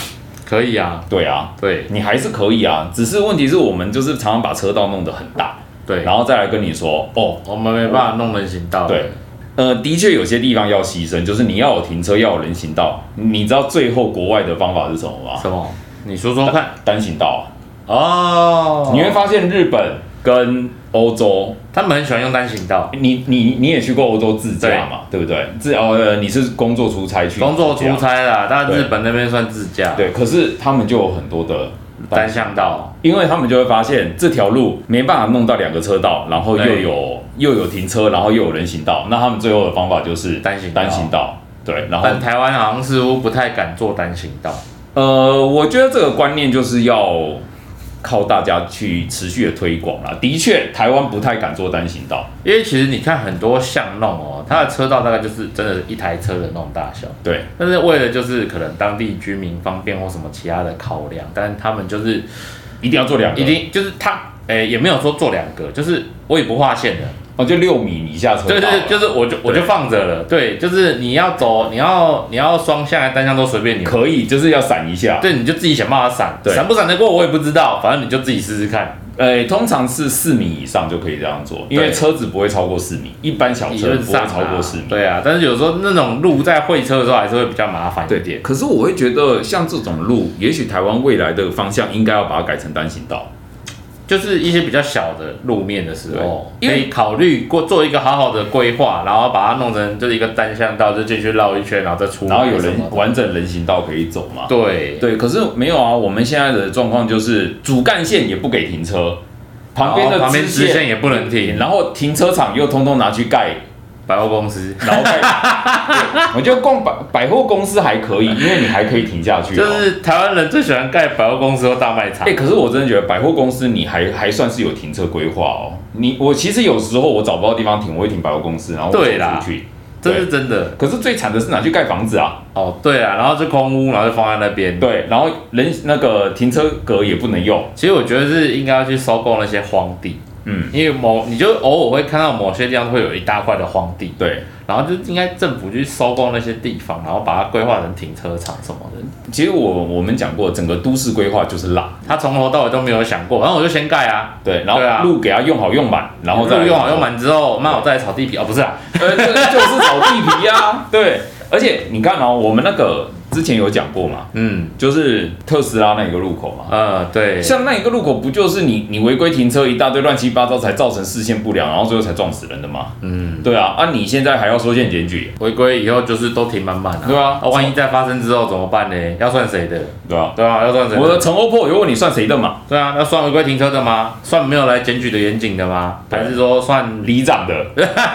B: 可以啊，
A: 对啊，
B: 对
A: 你还是可以啊，只是问题是我们就是常常把车道弄得很大，
B: 对，
A: 然后再来跟你说哦，
B: 我们没办法弄人行道。
A: 对，呃，的确有些地方要牺牲，就是你要有停车，要有人行道。你知道最后国外的方法是什么吗？
B: 什么？你说说看。
A: 单行道啊、
B: 哦，
A: 你会发现日本跟欧洲，
B: 他们很喜欢用单行道，
A: 你你你也去过欧洲自驾嘛，对不对？自哦呃，你是工作出差去
B: 工作
A: 自
B: 出
A: 驾
B: 差啦，但
A: 对
B: 日本那边算自驾，，
A: 对，可是他们就有很多的
B: 单向道。
A: 因为他们就会发现这条路没办法弄到两个车道，然后又
B: 对
A: 有又有停车，然后又有人行道，那他们最后的方法就是
B: 单行道
A: 单行道。对，然后
B: 但台湾好像似乎不太敢做单行道。
A: 呃，我觉得这个观念就是要靠大家去持续的推广啦。的确，台湾不太敢做单行道，
B: 因为其实你看很多巷弄哦，它的车道大概就是真的是一台车的那种大小，
A: 对
B: 但是为了就是可能当地居民方便或什么其他的考量，但是他们就是
A: 一定要做两个，
B: 一定就是他诶、也没有说做两个，就是我也不划线的，
A: 哦，就六米以下车道，
B: 对对，对就是我就我就放着了，对，就是你要走，你要你要双向还是单向都随便你，
A: 可以，就是要闪一下。
B: 对，你就自己想办法闪，
A: 对
B: 闪不闪得过我也不知道，反正你就自己试试看，
A: 呃，通常是四米以上就可以这样做，因为
B: 对
A: 车子不会超过四米，一般小
B: 理
A: 车
B: 论
A: 不会
B: 上
A: 超
B: 啊
A: 过四米。
B: 对啊，但是有时候那种路在会车的时候还是会比较麻烦一点。
A: 可是我会觉得像这种路，也许台湾未来的方向应该要把它改成单行道。
B: 就是一些比较小的路面的时候，
A: 对
B: 可以考虑过做一个好好的规划，然后把它弄成就是一个单向道，就进去绕一圈，然后再出来
A: 然后有
B: 什么
A: 人
B: 的
A: 完整人行道可以走嘛？
B: 对
A: 对，可是没有啊，我们现在的状况就是主干线也不给停车，哦旁边
B: 然
A: 的
B: 后旁边
A: 支
B: 支
A: 线嗯
B: 线也不能停，
A: 然后停车场又通通拿去盖，
B: 百货公司
A: 然后 盖。对我觉得逛百百货公司还可以，因为你还可以停下去、哦。
B: 就是台湾人最喜欢盖百货公司或大卖场
A: 哎、。可是我真的觉得百货公司你还还算是有停车规划哦。你我其实有时候我找不到地方停，我会停百货公司，然后我走
B: 对啦
A: 出去。
B: 这是真的
A: 可是最惨的是拿去盖房子啊，
B: 哦，对啊，然后就空屋，然后就放在那边。
A: 对，然后人那个停车格也不能用，
B: 其实我觉得是应该要去收购那些荒地，
A: 嗯，
B: 因为某你就偶尔会看到某些地方会有一大块的荒地，
A: 对，
B: 然后就应该政府去收购那些地方，然后把它规划成停车场什么的。
A: 其实我我们讲过，整个都市规划就是辣，
B: 他从头到尾都没有想过，然后我就先盖啊，
A: 对，然
B: 对啊
A: 后路给它用好用满，然后再来
B: 用好用，满之后，那我再来炒地皮哦，不是啊，
A: 呃，就就是找地皮呀， 对，而且你看哦，我们那个之前有讲过嘛，
B: 嗯
A: 就是特斯拉那个路口嘛。
B: 呃对，
A: 像那一个路口，不就是你你违规停车一大堆乱七八糟，才造成视线不良，然后最后才撞死人的吗？
B: 嗯
A: 对啊，啊你现在还要缩减检举，
B: 违规以后就是都停满满啊，
A: 对啊
B: 啊万一再发生之后怎么办呢？要算谁的？
A: 对吧、
B: 对啊，要算谁
A: 我的
B: 的？
A: 陈欧破，我就问你算谁的嘛？
B: 对啊，要算违规停车的吗？算没有来检举的严谨的吗？
A: 对
B: 还是说算
A: 里长 的，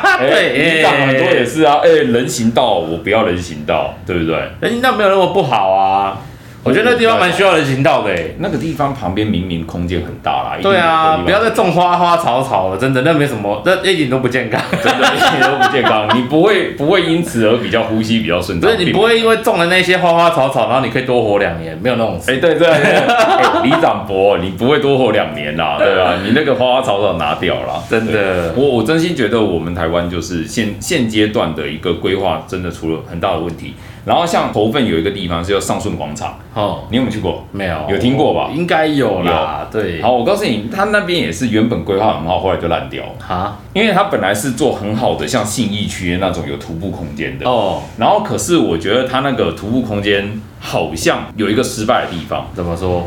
A: 哎里长很多也是啊，哎、人行道我不要人行道，对不对？
B: 人行道没有那么不好啊？我觉得那地方蛮需要人行道的、欸。
A: 那个地方旁边明明空间很大啦，一定
B: 对啊，
A: 有
B: 不
A: 地方
B: 要再种花花草草了，真的，那没什么，那一点都不健 康。
A: 真的一点 都不健康，你不会不会因此而比较呼吸比较顺
B: 不
A: 畅，
B: 是你
A: 并
B: 不会因为种了那些花花草草，然后你可以多活两年，没有那种事。
A: 哎、对 对对，哎，李长博，你不会多活两年 啦，对吧、你那个花花草草拿掉啦，
B: 真的
A: 对。我我真心觉得我们台湾就是现现阶段的一个规划，真的出了很大的问题。然后像头份有一个地方是叫上顺广场，
B: 哦，
A: 你有没有去过？
B: 没有，
A: 有听过吧
B: 应该有啦，对。
A: 好，我告诉你，他那边也是原本规划很好，后来就烂掉了，
B: 啊，
A: 因为他本来是做很好的，像信义区那种有徒步空间的。
B: 哦，
A: 然后可是我觉得他那个徒步空间好像有一个失败的地方，
B: 怎么说？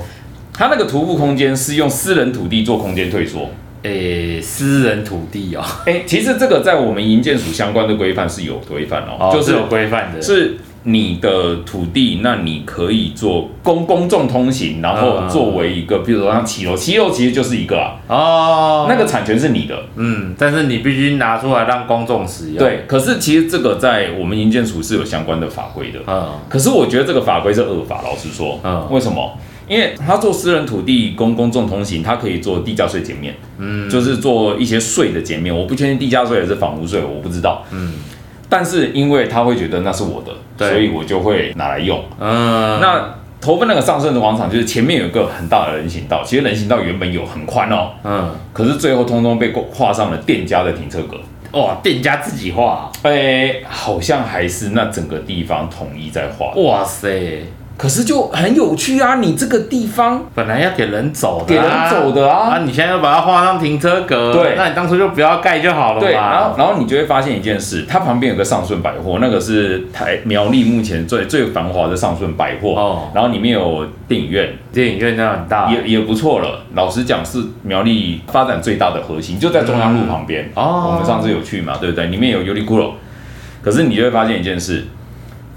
A: 他那个徒步空间是用私人土地做空间退缩。
B: 诶、私人土地哦，
A: 哎、其实这个在我们营建署相关的规范是有规范哦，
B: 哦
A: 就是是
B: 有规范的，
A: 是你的土地，那你可以做公公众通行，然后
B: 嗯
A: 作为一个，比如说像骑楼，骑楼其实就是一个啊，
B: 哦，
A: 那个产权是你的，
B: 嗯，但是你必须拿出来让公众使用。，
A: 对。可是其实这个在我们营建署是有相关的法规的，
B: 嗯，
A: 可是我觉得这个法规是恶法，老实说，
B: 嗯
A: 为什么？因为他做私人土地供公众通行，他可以做地价税减免，嗯，就是做一些税的减免。我不确定地价税还是房屋税，我不知道，嗯。但是因为他会觉得那是我的，
B: 对
A: 所以我就会拿来用。
B: 嗯，
A: 那投奔那个上升的广场，就是前面有一个很大的人行道，其实人行道原本有很宽哦，
B: 嗯，
A: 可是最后通通被画上了店家的停车格。
B: 哇，店家自己画，
A: 哎、好像还是那整个地方统一在画，
B: 哇塞，
A: 可是就很有趣啊！你这个地方
B: 本来要给人走的、
A: 给人走。的啊，
B: 啊，你现在又把它画上停车格，
A: 对
B: 那你当初就不要盖就好了嘛。
A: 对，然后然后你就会发现一件事，它旁边有个上顺百货，那个是台苗栗目前最最繁华的上顺百货，
B: 哦
A: 然后里面有电影院，
B: 电影院那样很大，
A: 也也不错了。老实讲，是苗栗发展最大的核心，就在中央路旁边。
B: 哦
A: 我们上次有去嘛，对不对？里面有尤里骷髅，可是你就会发现一件事。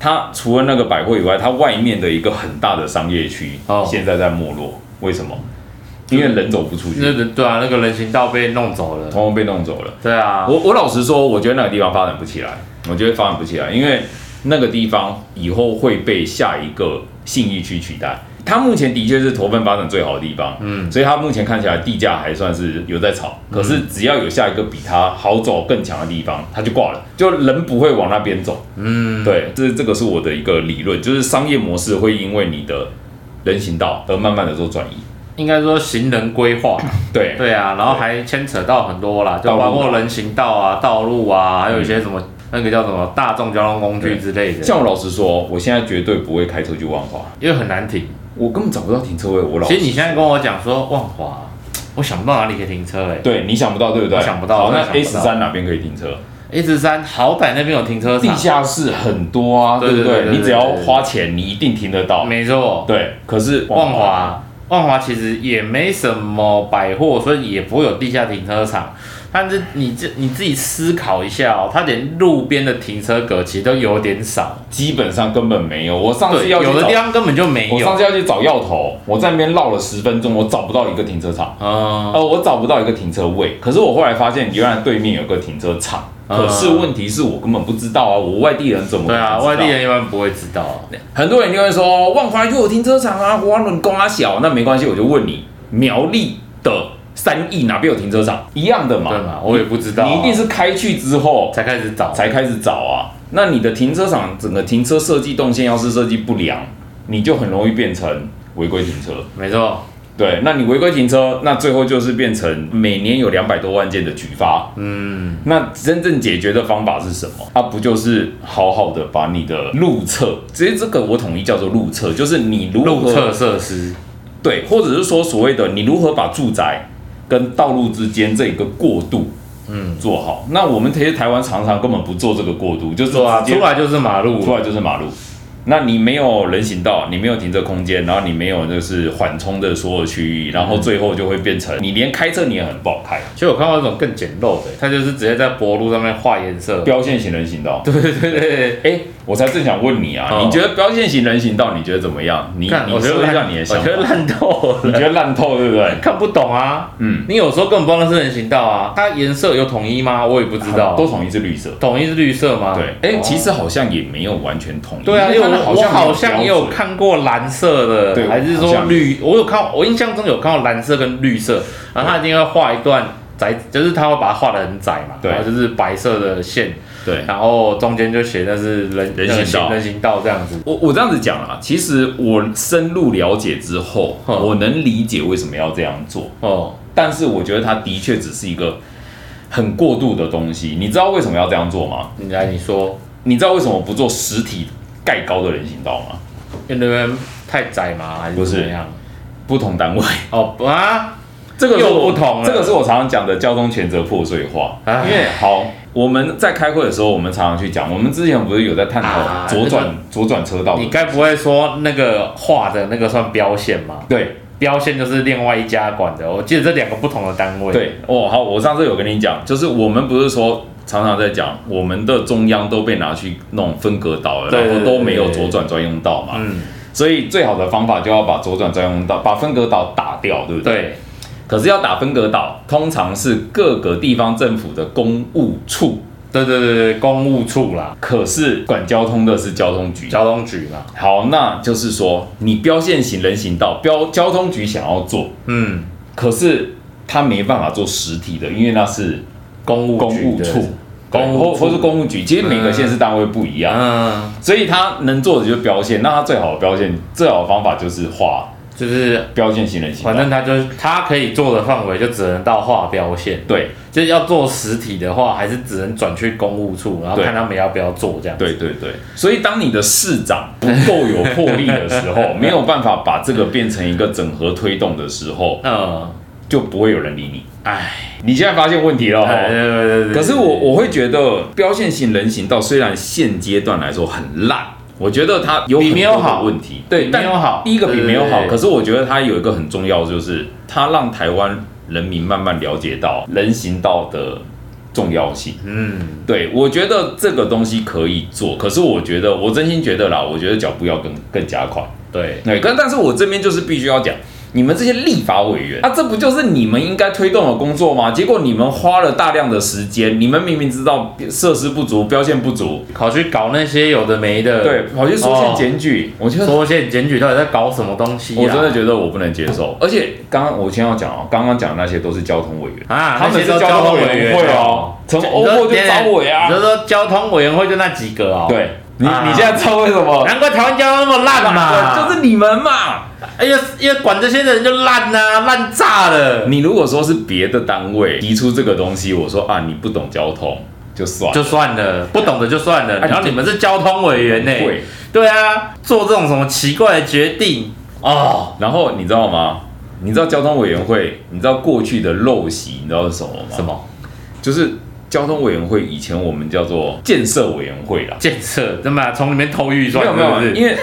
A: 它除了那个百货以外，它外面的一个很大的商业区、
B: 哦
A: 现在在没落，为什么？因为人走不出去，
B: 那个对啊，那个人行道被弄走了。
A: 通通被弄走了。
B: 对啊，
A: 我我老实说，我觉得那个地方发展不起来，我觉得发展不起来，因为那个地方以后会被下一个信义区取代。它目前的确是投奔发展最好的地方，嗯，所以它目前看起来地价还算是有在炒，可是只要有下一个比它好走更强的地方，它就挂了，就人不会往那边走，嗯，对，这这个是我的一个理论，就是商业模式会因为你的人行道而慢慢的做转移，
B: 应该说行人规划，
A: 对，
B: 对啊，然后还牵扯到很多啦，就
A: 道路啊
B: 包括人行道啊、道路啊，还有一些什么、那个叫什么大众交通工具之类的，
A: 像我老实说，我现在绝对不会开车去万华，
B: 因为很难停。
A: 我根本找不到停车位，我老
B: 其实你现在跟我讲说万华，我想不到哪里可以停车哎、
A: 对你想不到对不对？
B: 我想不到
A: 好，
B: 我真
A: 那
B: 的
A: A 十
B: 想不到
A: 三哪边可以停车？
B: 欸，A 十三好歹那边有停车
A: 地
B: 场，
A: 下室很多啊，
B: 对
A: 对不
B: 对对
A: 对？
B: 对对
A: 你只要花钱，你一定停得到。
B: 没错，
A: 对，可是
B: 万华，万华其实也没什么百货，所以也不会有地下停车场。但是你这你自己思考一下哦，它连路边的停车格其实都有点少，
A: 基本上根本没有。我上次
B: 对，
A: 要去
B: 有的地
A: 找，
B: 方根本就没
A: 我上
B: 有。
A: 次要去找药头，我在那边绕了十分钟，我找不到一个停车场。
B: 嗯，
A: 呃，我找不到一个停车位，可是我后来发现，原来对面有个停车场。
B: 嗯
A: 可是问题是我根本不知道啊，我外地人怎么
B: 对
A: 会
B: 啊，
A: 知道
B: 外地人一般不会知道。
A: 很多人就会说万华就有停车场啊，华伦公啊小，那没关系，我就问你，苗栗的三义哪边有停车场？一样的嘛，
B: 对嘛我也不知道啊
A: 你一定是开去之后
B: 才开始找，
A: 才开始找啊。那你的停车场整个停车设计动线要是设计不良，你就很容易变成违规停车。
B: 没错，
A: 对，那你违规停车，那最后就是变成每年有两百多万件的举发。嗯，那真正解决的方法是什么？啊，不就是好好的把你的路侧，其实这个我统一叫做路侧，就是你如何
B: 路侧设施，
A: 对，或者是说所谓的你如何把住宅跟道路之间这个过渡，嗯，做好。那我们其实台湾常常根本不做这个过渡，就是
B: 对啊，
A: 直接
B: 出来就是马路，
A: 出来就是马路。那你没有人行道，你没有停车空间，然后你没有就是缓冲的所有区域，然后最后就会变成你连开车你也很不好开，
B: 其实我看到一种更简陋的，它就是直接在柏路上面画颜色。
A: 标线型人行道。
B: 对对对对，
A: 哎、我才正想问你啊，
B: 哦
A: 你觉得标线型人行道你觉得怎么样？你
B: 看
A: 你
B: 我觉
A: 说
B: 得
A: 一下
B: 烂，
A: 你的
B: 我
A: 想
B: 觉
A: 法
B: 得。烂透
A: 你觉
B: 了，
A: 得烂透对不对？
B: 看不懂啊。
A: 嗯，
B: 你有时候根本不知道那是人行道啊，它颜色有统一吗？我也不知道。
A: 都统一是绿色。
B: 统一是绿色吗？
A: 对，哎、
B: 哦
A: 其实好像也没有完全统一。
B: 对啊，因为
A: 它
B: 我
A: 好
B: 我
A: 像没
B: 好像也有
A: 标准
B: 看过蓝色
A: 对
B: 的，还是
A: 好
B: 说
A: 像
B: 绿？我有看，我印象中有看过蓝色跟绿色，然后它一定要画一段窄，就是它会把它画的很窄嘛，
A: 对
B: 然后就是白色的线，
A: 对。
B: 然后中间就写那是人
A: 人行道
B: 人行道这样子。
A: 我我这样子讲啊，其实我深入了解之后，
B: 哼
A: 我能理解为什么要这样做，
B: 哦，
A: 但是我觉得它的确只是一个很过度的东西。你知道为什么要这样做吗？
B: 你来你说，
A: 你知道为什么不做实体盖高的人行道吗？
B: 因为那边太窄吗？还
A: 不
B: 是
A: 是
B: 怎么样？
A: 不同单位，
B: 哦不啊，
A: 这个是
B: 又
A: 我
B: 不同了
A: 这个是我常常讲的交通权责破碎化。
B: 唉
A: 因为好，我们在开会的时候，我们常常去讲，我们之前不是有在探
B: 啊
A: 讨左转、左转车道的
B: 你该不会说那个画的那个算标线吗？
A: 对
B: 标线就是另外一家管的，我记得这两个不同的单位。
A: 对哦，好，我上次有跟你讲，就是我们不是说常常在讲，我们的中央都被拿去弄分隔岛了，
B: 对
A: 然后都没有
B: 对对
A: 左转专用道嘛，
B: 嗯，
A: 所以最好的方法就要把左转专用道、把分隔岛打掉，对不对？
B: 对，
A: 可是要打分隔岛，通常是各个地方政府的公务处，
B: 对对对对，公务处啦，
A: 可是管交通的是交通局。
B: 交通局啦，
A: 好，那就是说，你标线型人行道，标交通局想要做，
B: 嗯，
A: 可是他没办法做实体的，因为那是
B: 公务
A: 公
B: 局
A: 务
B: 的
A: 处、
B: 公
A: 公
B: 务
A: 或
B: 处
A: 或是公务局，其实每个县市单位不一样，
B: 嗯，
A: 所以他能做的就是标线。那他最好的标线，最好的方法就是画
B: 就是
A: 标线型人行道。
B: 反正他就是他可以做的范围就只能到画标线，
A: 对
B: 就是要做实体的话，还是只能转去公务处，然后
A: 对
B: 看他们要不要做这样。
A: 对对对，所以当你的市长不够有魄力的时候，没有办法把这个变成一个整合推动的时候，
B: 嗯，
A: 就不会有人理你。
B: 哎，
A: 你现在发现问题了
B: 哎
A: 哦。
B: 对对对对
A: 可是我我会觉得标线型人行道虽然现阶段来说很烂，我觉得它有
B: 比
A: 很
B: 没有
A: 多的
B: 好
A: 问题，
B: 比
A: 对，但
B: 没有好
A: 第一个比没有好，
B: 对对对
A: 可是我觉得它有一个很重要，就是它让台湾人民慢慢了解到人行道的重要性。
B: 嗯，
A: 对，我觉得这个东西可以做，可是我觉得我真心觉得啦，我觉得脚步要更更加快。
B: 对，
A: 对，但但是我这边就是必须要讲，你们这些立法委员，啊那、这不就是你们应该推动的工作吗？结果你们花了大量的时间，你们明明知道设施不足、标线不足，
B: 跑去搞那些有的没的，
A: 对，，跑去缩
B: 哦
A: 线检举，我觉得
B: 说现检举到底在搞什么东西、啊？
A: 我真的觉得我不能接受。而且刚刚我先要讲哦，刚刚讲的那些都是交通委员，
B: 啊，
A: 他们是交通委员会哦，从欧
B: 欧
A: 盟就招委啊
B: 啊你，就说交通委员会就那几个哦，，
A: 对你
B: 啊
A: 你现在知道为什么？
B: 难怪台湾交通那么烂嘛，
A: 对就是你们嘛。
B: 哎呀，因为管这些的人就烂呐、烂炸了，
A: 你如果说是别的单位提出这个东西，我说啊，你不懂交通就算了，
B: 就算了，不懂的就算了，
A: 啊
B: 然后你们是交通委员呢、
A: 会。
B: 哎对啊，做这种什么奇怪的决定哦，
A: 然后你知道吗？你知道交通委员会，你知道过去的陋习，你知道是什么吗？
B: 什？么
A: 就是交通委员会以前我们叫做建设委员会啦。
B: 建设，真的从里面偷预
A: 没
B: 算，
A: 有没
B: 是不
A: 有，
B: 是
A: 因为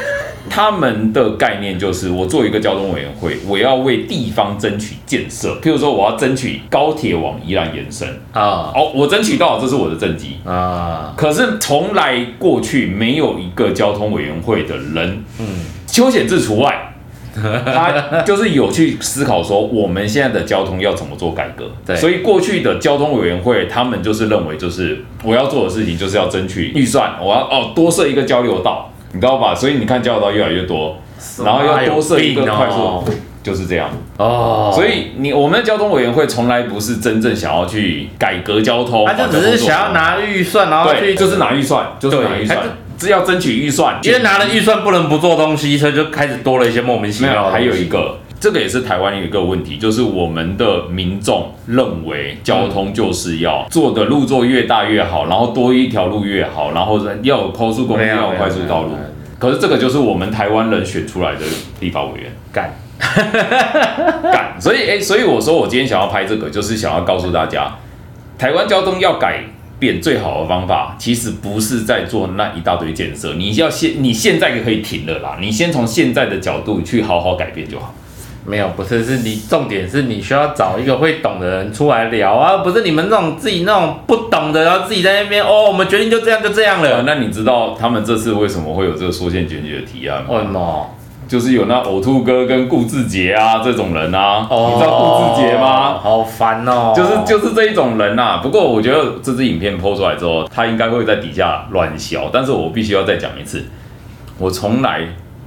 A: 他们的概念就是，我做一个交通委员会，我要为地方争取建设。譬如说，我要争取高铁往宜兰延伸，
B: 啊
A: 哦，我争取到了，这是我的政绩。
B: 啊，
A: 可是从来过去没有一个交通委员会的人，
B: 嗯，
A: 邱显志除 外，他就是有去思考说我们现在的交通要怎么做改革。
B: 对
A: 所以过去的交通委员会，他们就是认为就是我要做的事情就是要争取预算，我要哦多设一个交流道，你知道吧？所以你看交流道越来越多，然后要多设一个快速，
B: 有病哦
A: 就是这样。
B: 哦，
A: 所以你我们的交通委员会从来不是真正想要去改革交通，
B: 他就只是想要
A: 把交通做好
B: 拿预算，然后去
A: 啊对，就是拿预算，就是拿
B: 对
A: 预
B: 他
A: 算
B: 就，
A: 这要争取预算，
B: 因为拿了预算不能不做东西，所以就开始多了一些莫名其
A: 没
B: 妙的
A: 有，
B: 东西。
A: 还有一个这个也是台湾有一个问题，就是我们的民众认为交通就是要做的路做越大越好，然后多一条路越好，然后人要有高速公路，
B: 没有
A: 要有快速道路
B: 没有没有没有。
A: 可是这个就是我们台湾人选出来的立法委员，
B: 干，
A: 干，所以哎、所以我说我今天想要拍这个，就是想要告诉大家，台湾交通要改变最好的方法，其实不是在做那一大堆建设，你要现你现在就可以停了啦，你先从现在的角度去好好改变就好。
B: 没有，不是，是你重点是你需要找一个会懂的人出来聊啊，不是你们那种自己那种不懂的，然后自己在那边哦，我们决定就这样就这样
A: 呃
B: 了。
A: 那你知道他们这次为什么会有这个缩线检举的提案吗？
B: 哦 no，
A: 就是有那呕吐哥跟顾志杰啊这种人啊，
B: 哦，
A: 你知道顾志杰吗？
B: 好烦哦，
A: 就是就是这一种人呐、不过我觉得这支影片播出来之后，他应该会在底下乱笑。但是我必须要再讲一次，我从来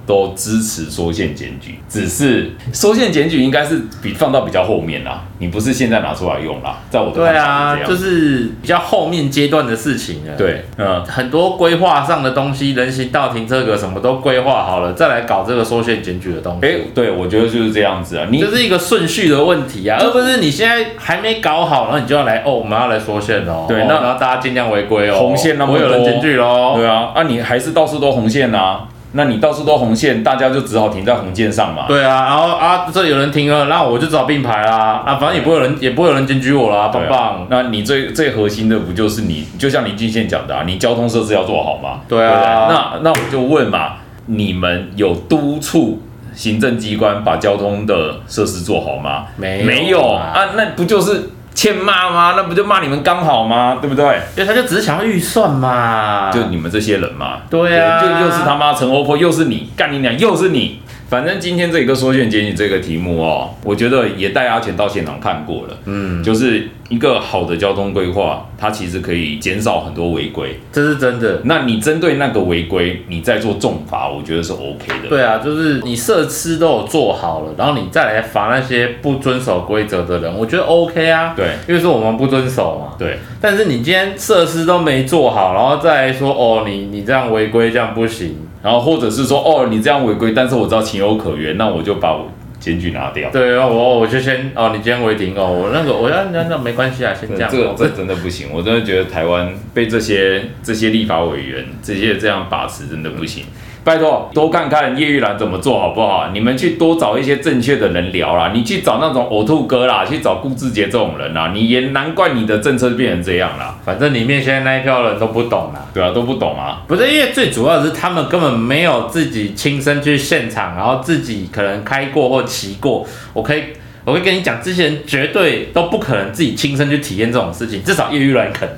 A: 都支持缩线检举，只是缩线检举应该是比放到比较后面啦，你不是现在拿出来用啦，在我的
B: 对啊，
A: 看法
B: 就是是比较后面阶段的事情了。
A: 这样。对，嗯，
B: 很多规划上的东西，人行道、停车格什么都规划好了，再来搞这个缩限检举的东西，
A: 哎、对，我觉得就是这样子啊，你
B: 这是一个顺序的问题啊，
A: 就
B: 而不是你现在还没搞好，然后你就要来哦，我们要来缩限哦，
A: 对
B: 哦
A: 那
B: 然后大家尽量违规哦，
A: 红线那么
B: 我有人
A: 多
B: 检举喽，
A: 对啊，啊你还是到处都红线啊，那你到处都红线，大家就只好停在红线上嘛。
B: 对啊，然后啊这里有人停了，那我就找并排啦，啊反正也不会有人也不会有人检举我啦，
A: 对
B: 棒
A: 啊
B: 棒，
A: 那你最最核心的不就是你，就像林俊宪讲的啊，你交通设施要做好嘛。
B: 对啊
A: 不那那我就问嘛，你们有督促行政机关把交通的设施做好吗？
B: 没有
A: 没有
B: 啊
A: 啊，那不就是欠骂吗？那不就骂你们刚好吗？对不对？
B: 因为他就只是想要预算嘛，
A: 就你们这些人嘛。
B: 啊对啊，
A: 就又是他妈陈欧坡，又是你，干你娘，又是你。反正今天这个缩选检举这个题目哦，我觉得也带阿钱到现场看过了。
B: 嗯，
A: 就是一个好的交通规划，它其实可以减少很多违规。
B: 这是真的。
A: 那你针对那个违规，你再做重罚，我觉得是 OK 的。
B: 对啊，就是你设施都有做好了，然后你再来罚那些不遵守规则的人，我觉得 OK 啊。
A: 对
B: 因为说我们不遵守嘛，
A: 对
B: 但是你今天设施都没做好，然后再来说哦，你你这样违规，这样不行。
A: 然后或者是说，哦，你这样违规，但是我知道情有可原，那我就把我检举拿掉。
B: 对，然后我我就先哦，你今天违停哦，我那个我要那那没关系啊，先这样。
A: 这个
B: 哦
A: 这真的不行，我真的觉得台湾被这些这些立法委员这些这样把持，真的不行。
B: 嗯
A: 拜托，多看看叶玉兰怎么做好不好？你们去多找一些正确的人聊啦，你去找那种呕吐哥啦，去找顾志杰这种人啦，你也难怪你的政策变成这样啦，
B: 反正里面现在那一票人都不懂啦。
A: 对啊，都不懂啊，
B: 不是，因为最主要的是他们根本没有自己亲身去现场，然后自己可能开过或骑过。我可以，我会跟你讲，这些人绝对都不可能自己亲身去体验这种事情，至少业余人肯，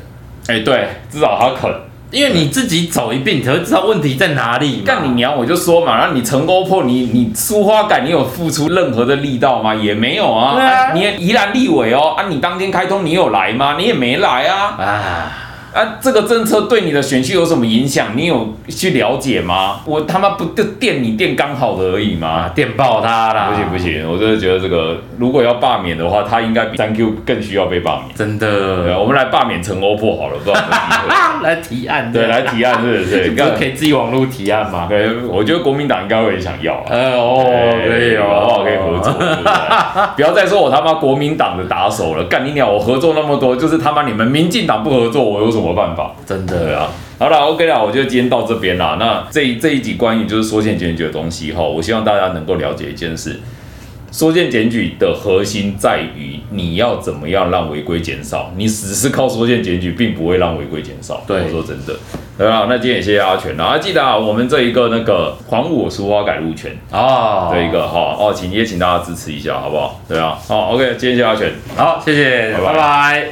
A: 哎、对，至少他肯。
B: 因为你自己走一遍，你才会知道问题在哪里嘛。
A: 干你娘！我就说嘛，然后你成欧破，你你苏花改，你有付出任何的力道吗？也没有啊。
B: 对啊
A: 你也宜兰立委哦，啊，你当天开通你有来吗？你也没来啊。
B: 啊！
A: 啊，这个政策对你的选区有什么影响？你有去了解吗？我他妈不就电你电刚好的而已
B: 啊，
A: 吗？
B: 电爆他啦！
A: 不行不，行，我真的觉得这个如果要罢免的话，他应该比三 Q 更需要被罢免。
B: 真
A: 对啊，
B: 的。
A: 我们来罢免陈欧破好了，不知道有没有机会
B: 来提 案，
A: 对，来啊提案是不 是？
B: 你不是可以自己网络提案吗？
A: 对，我觉得国民党应该会想要啊。哎
B: 呃，哦，可以哦，
A: 好不好？可以合 作，对不对？不要再说我他妈国民党的打手了，干你鸟！我合作那么多，就是他妈你们民进党不合作，我有什么办法？
B: 真
A: 对
B: 的
A: 啊，好了，OK 啦，我觉得今天到这边啦。那这一这一集关于就是缩线检举的东西哈，我希望大家能够了解一件事：缩线检举的核心在于你要怎么样让违规减少。你只是靠缩线检举，并不会让违规减少。
B: 对
A: 我说真的，对啊。那今天也谢谢阿全啦，啊，记得啊，我们这一个那个还我苏花改路权
B: 哦，
A: 这一个哈哦，请也请大家支持一下，好不好？对啊，好，OK，今天谢谢阿全。
B: 好，谢谢，
A: 拜拜
B: 拜拜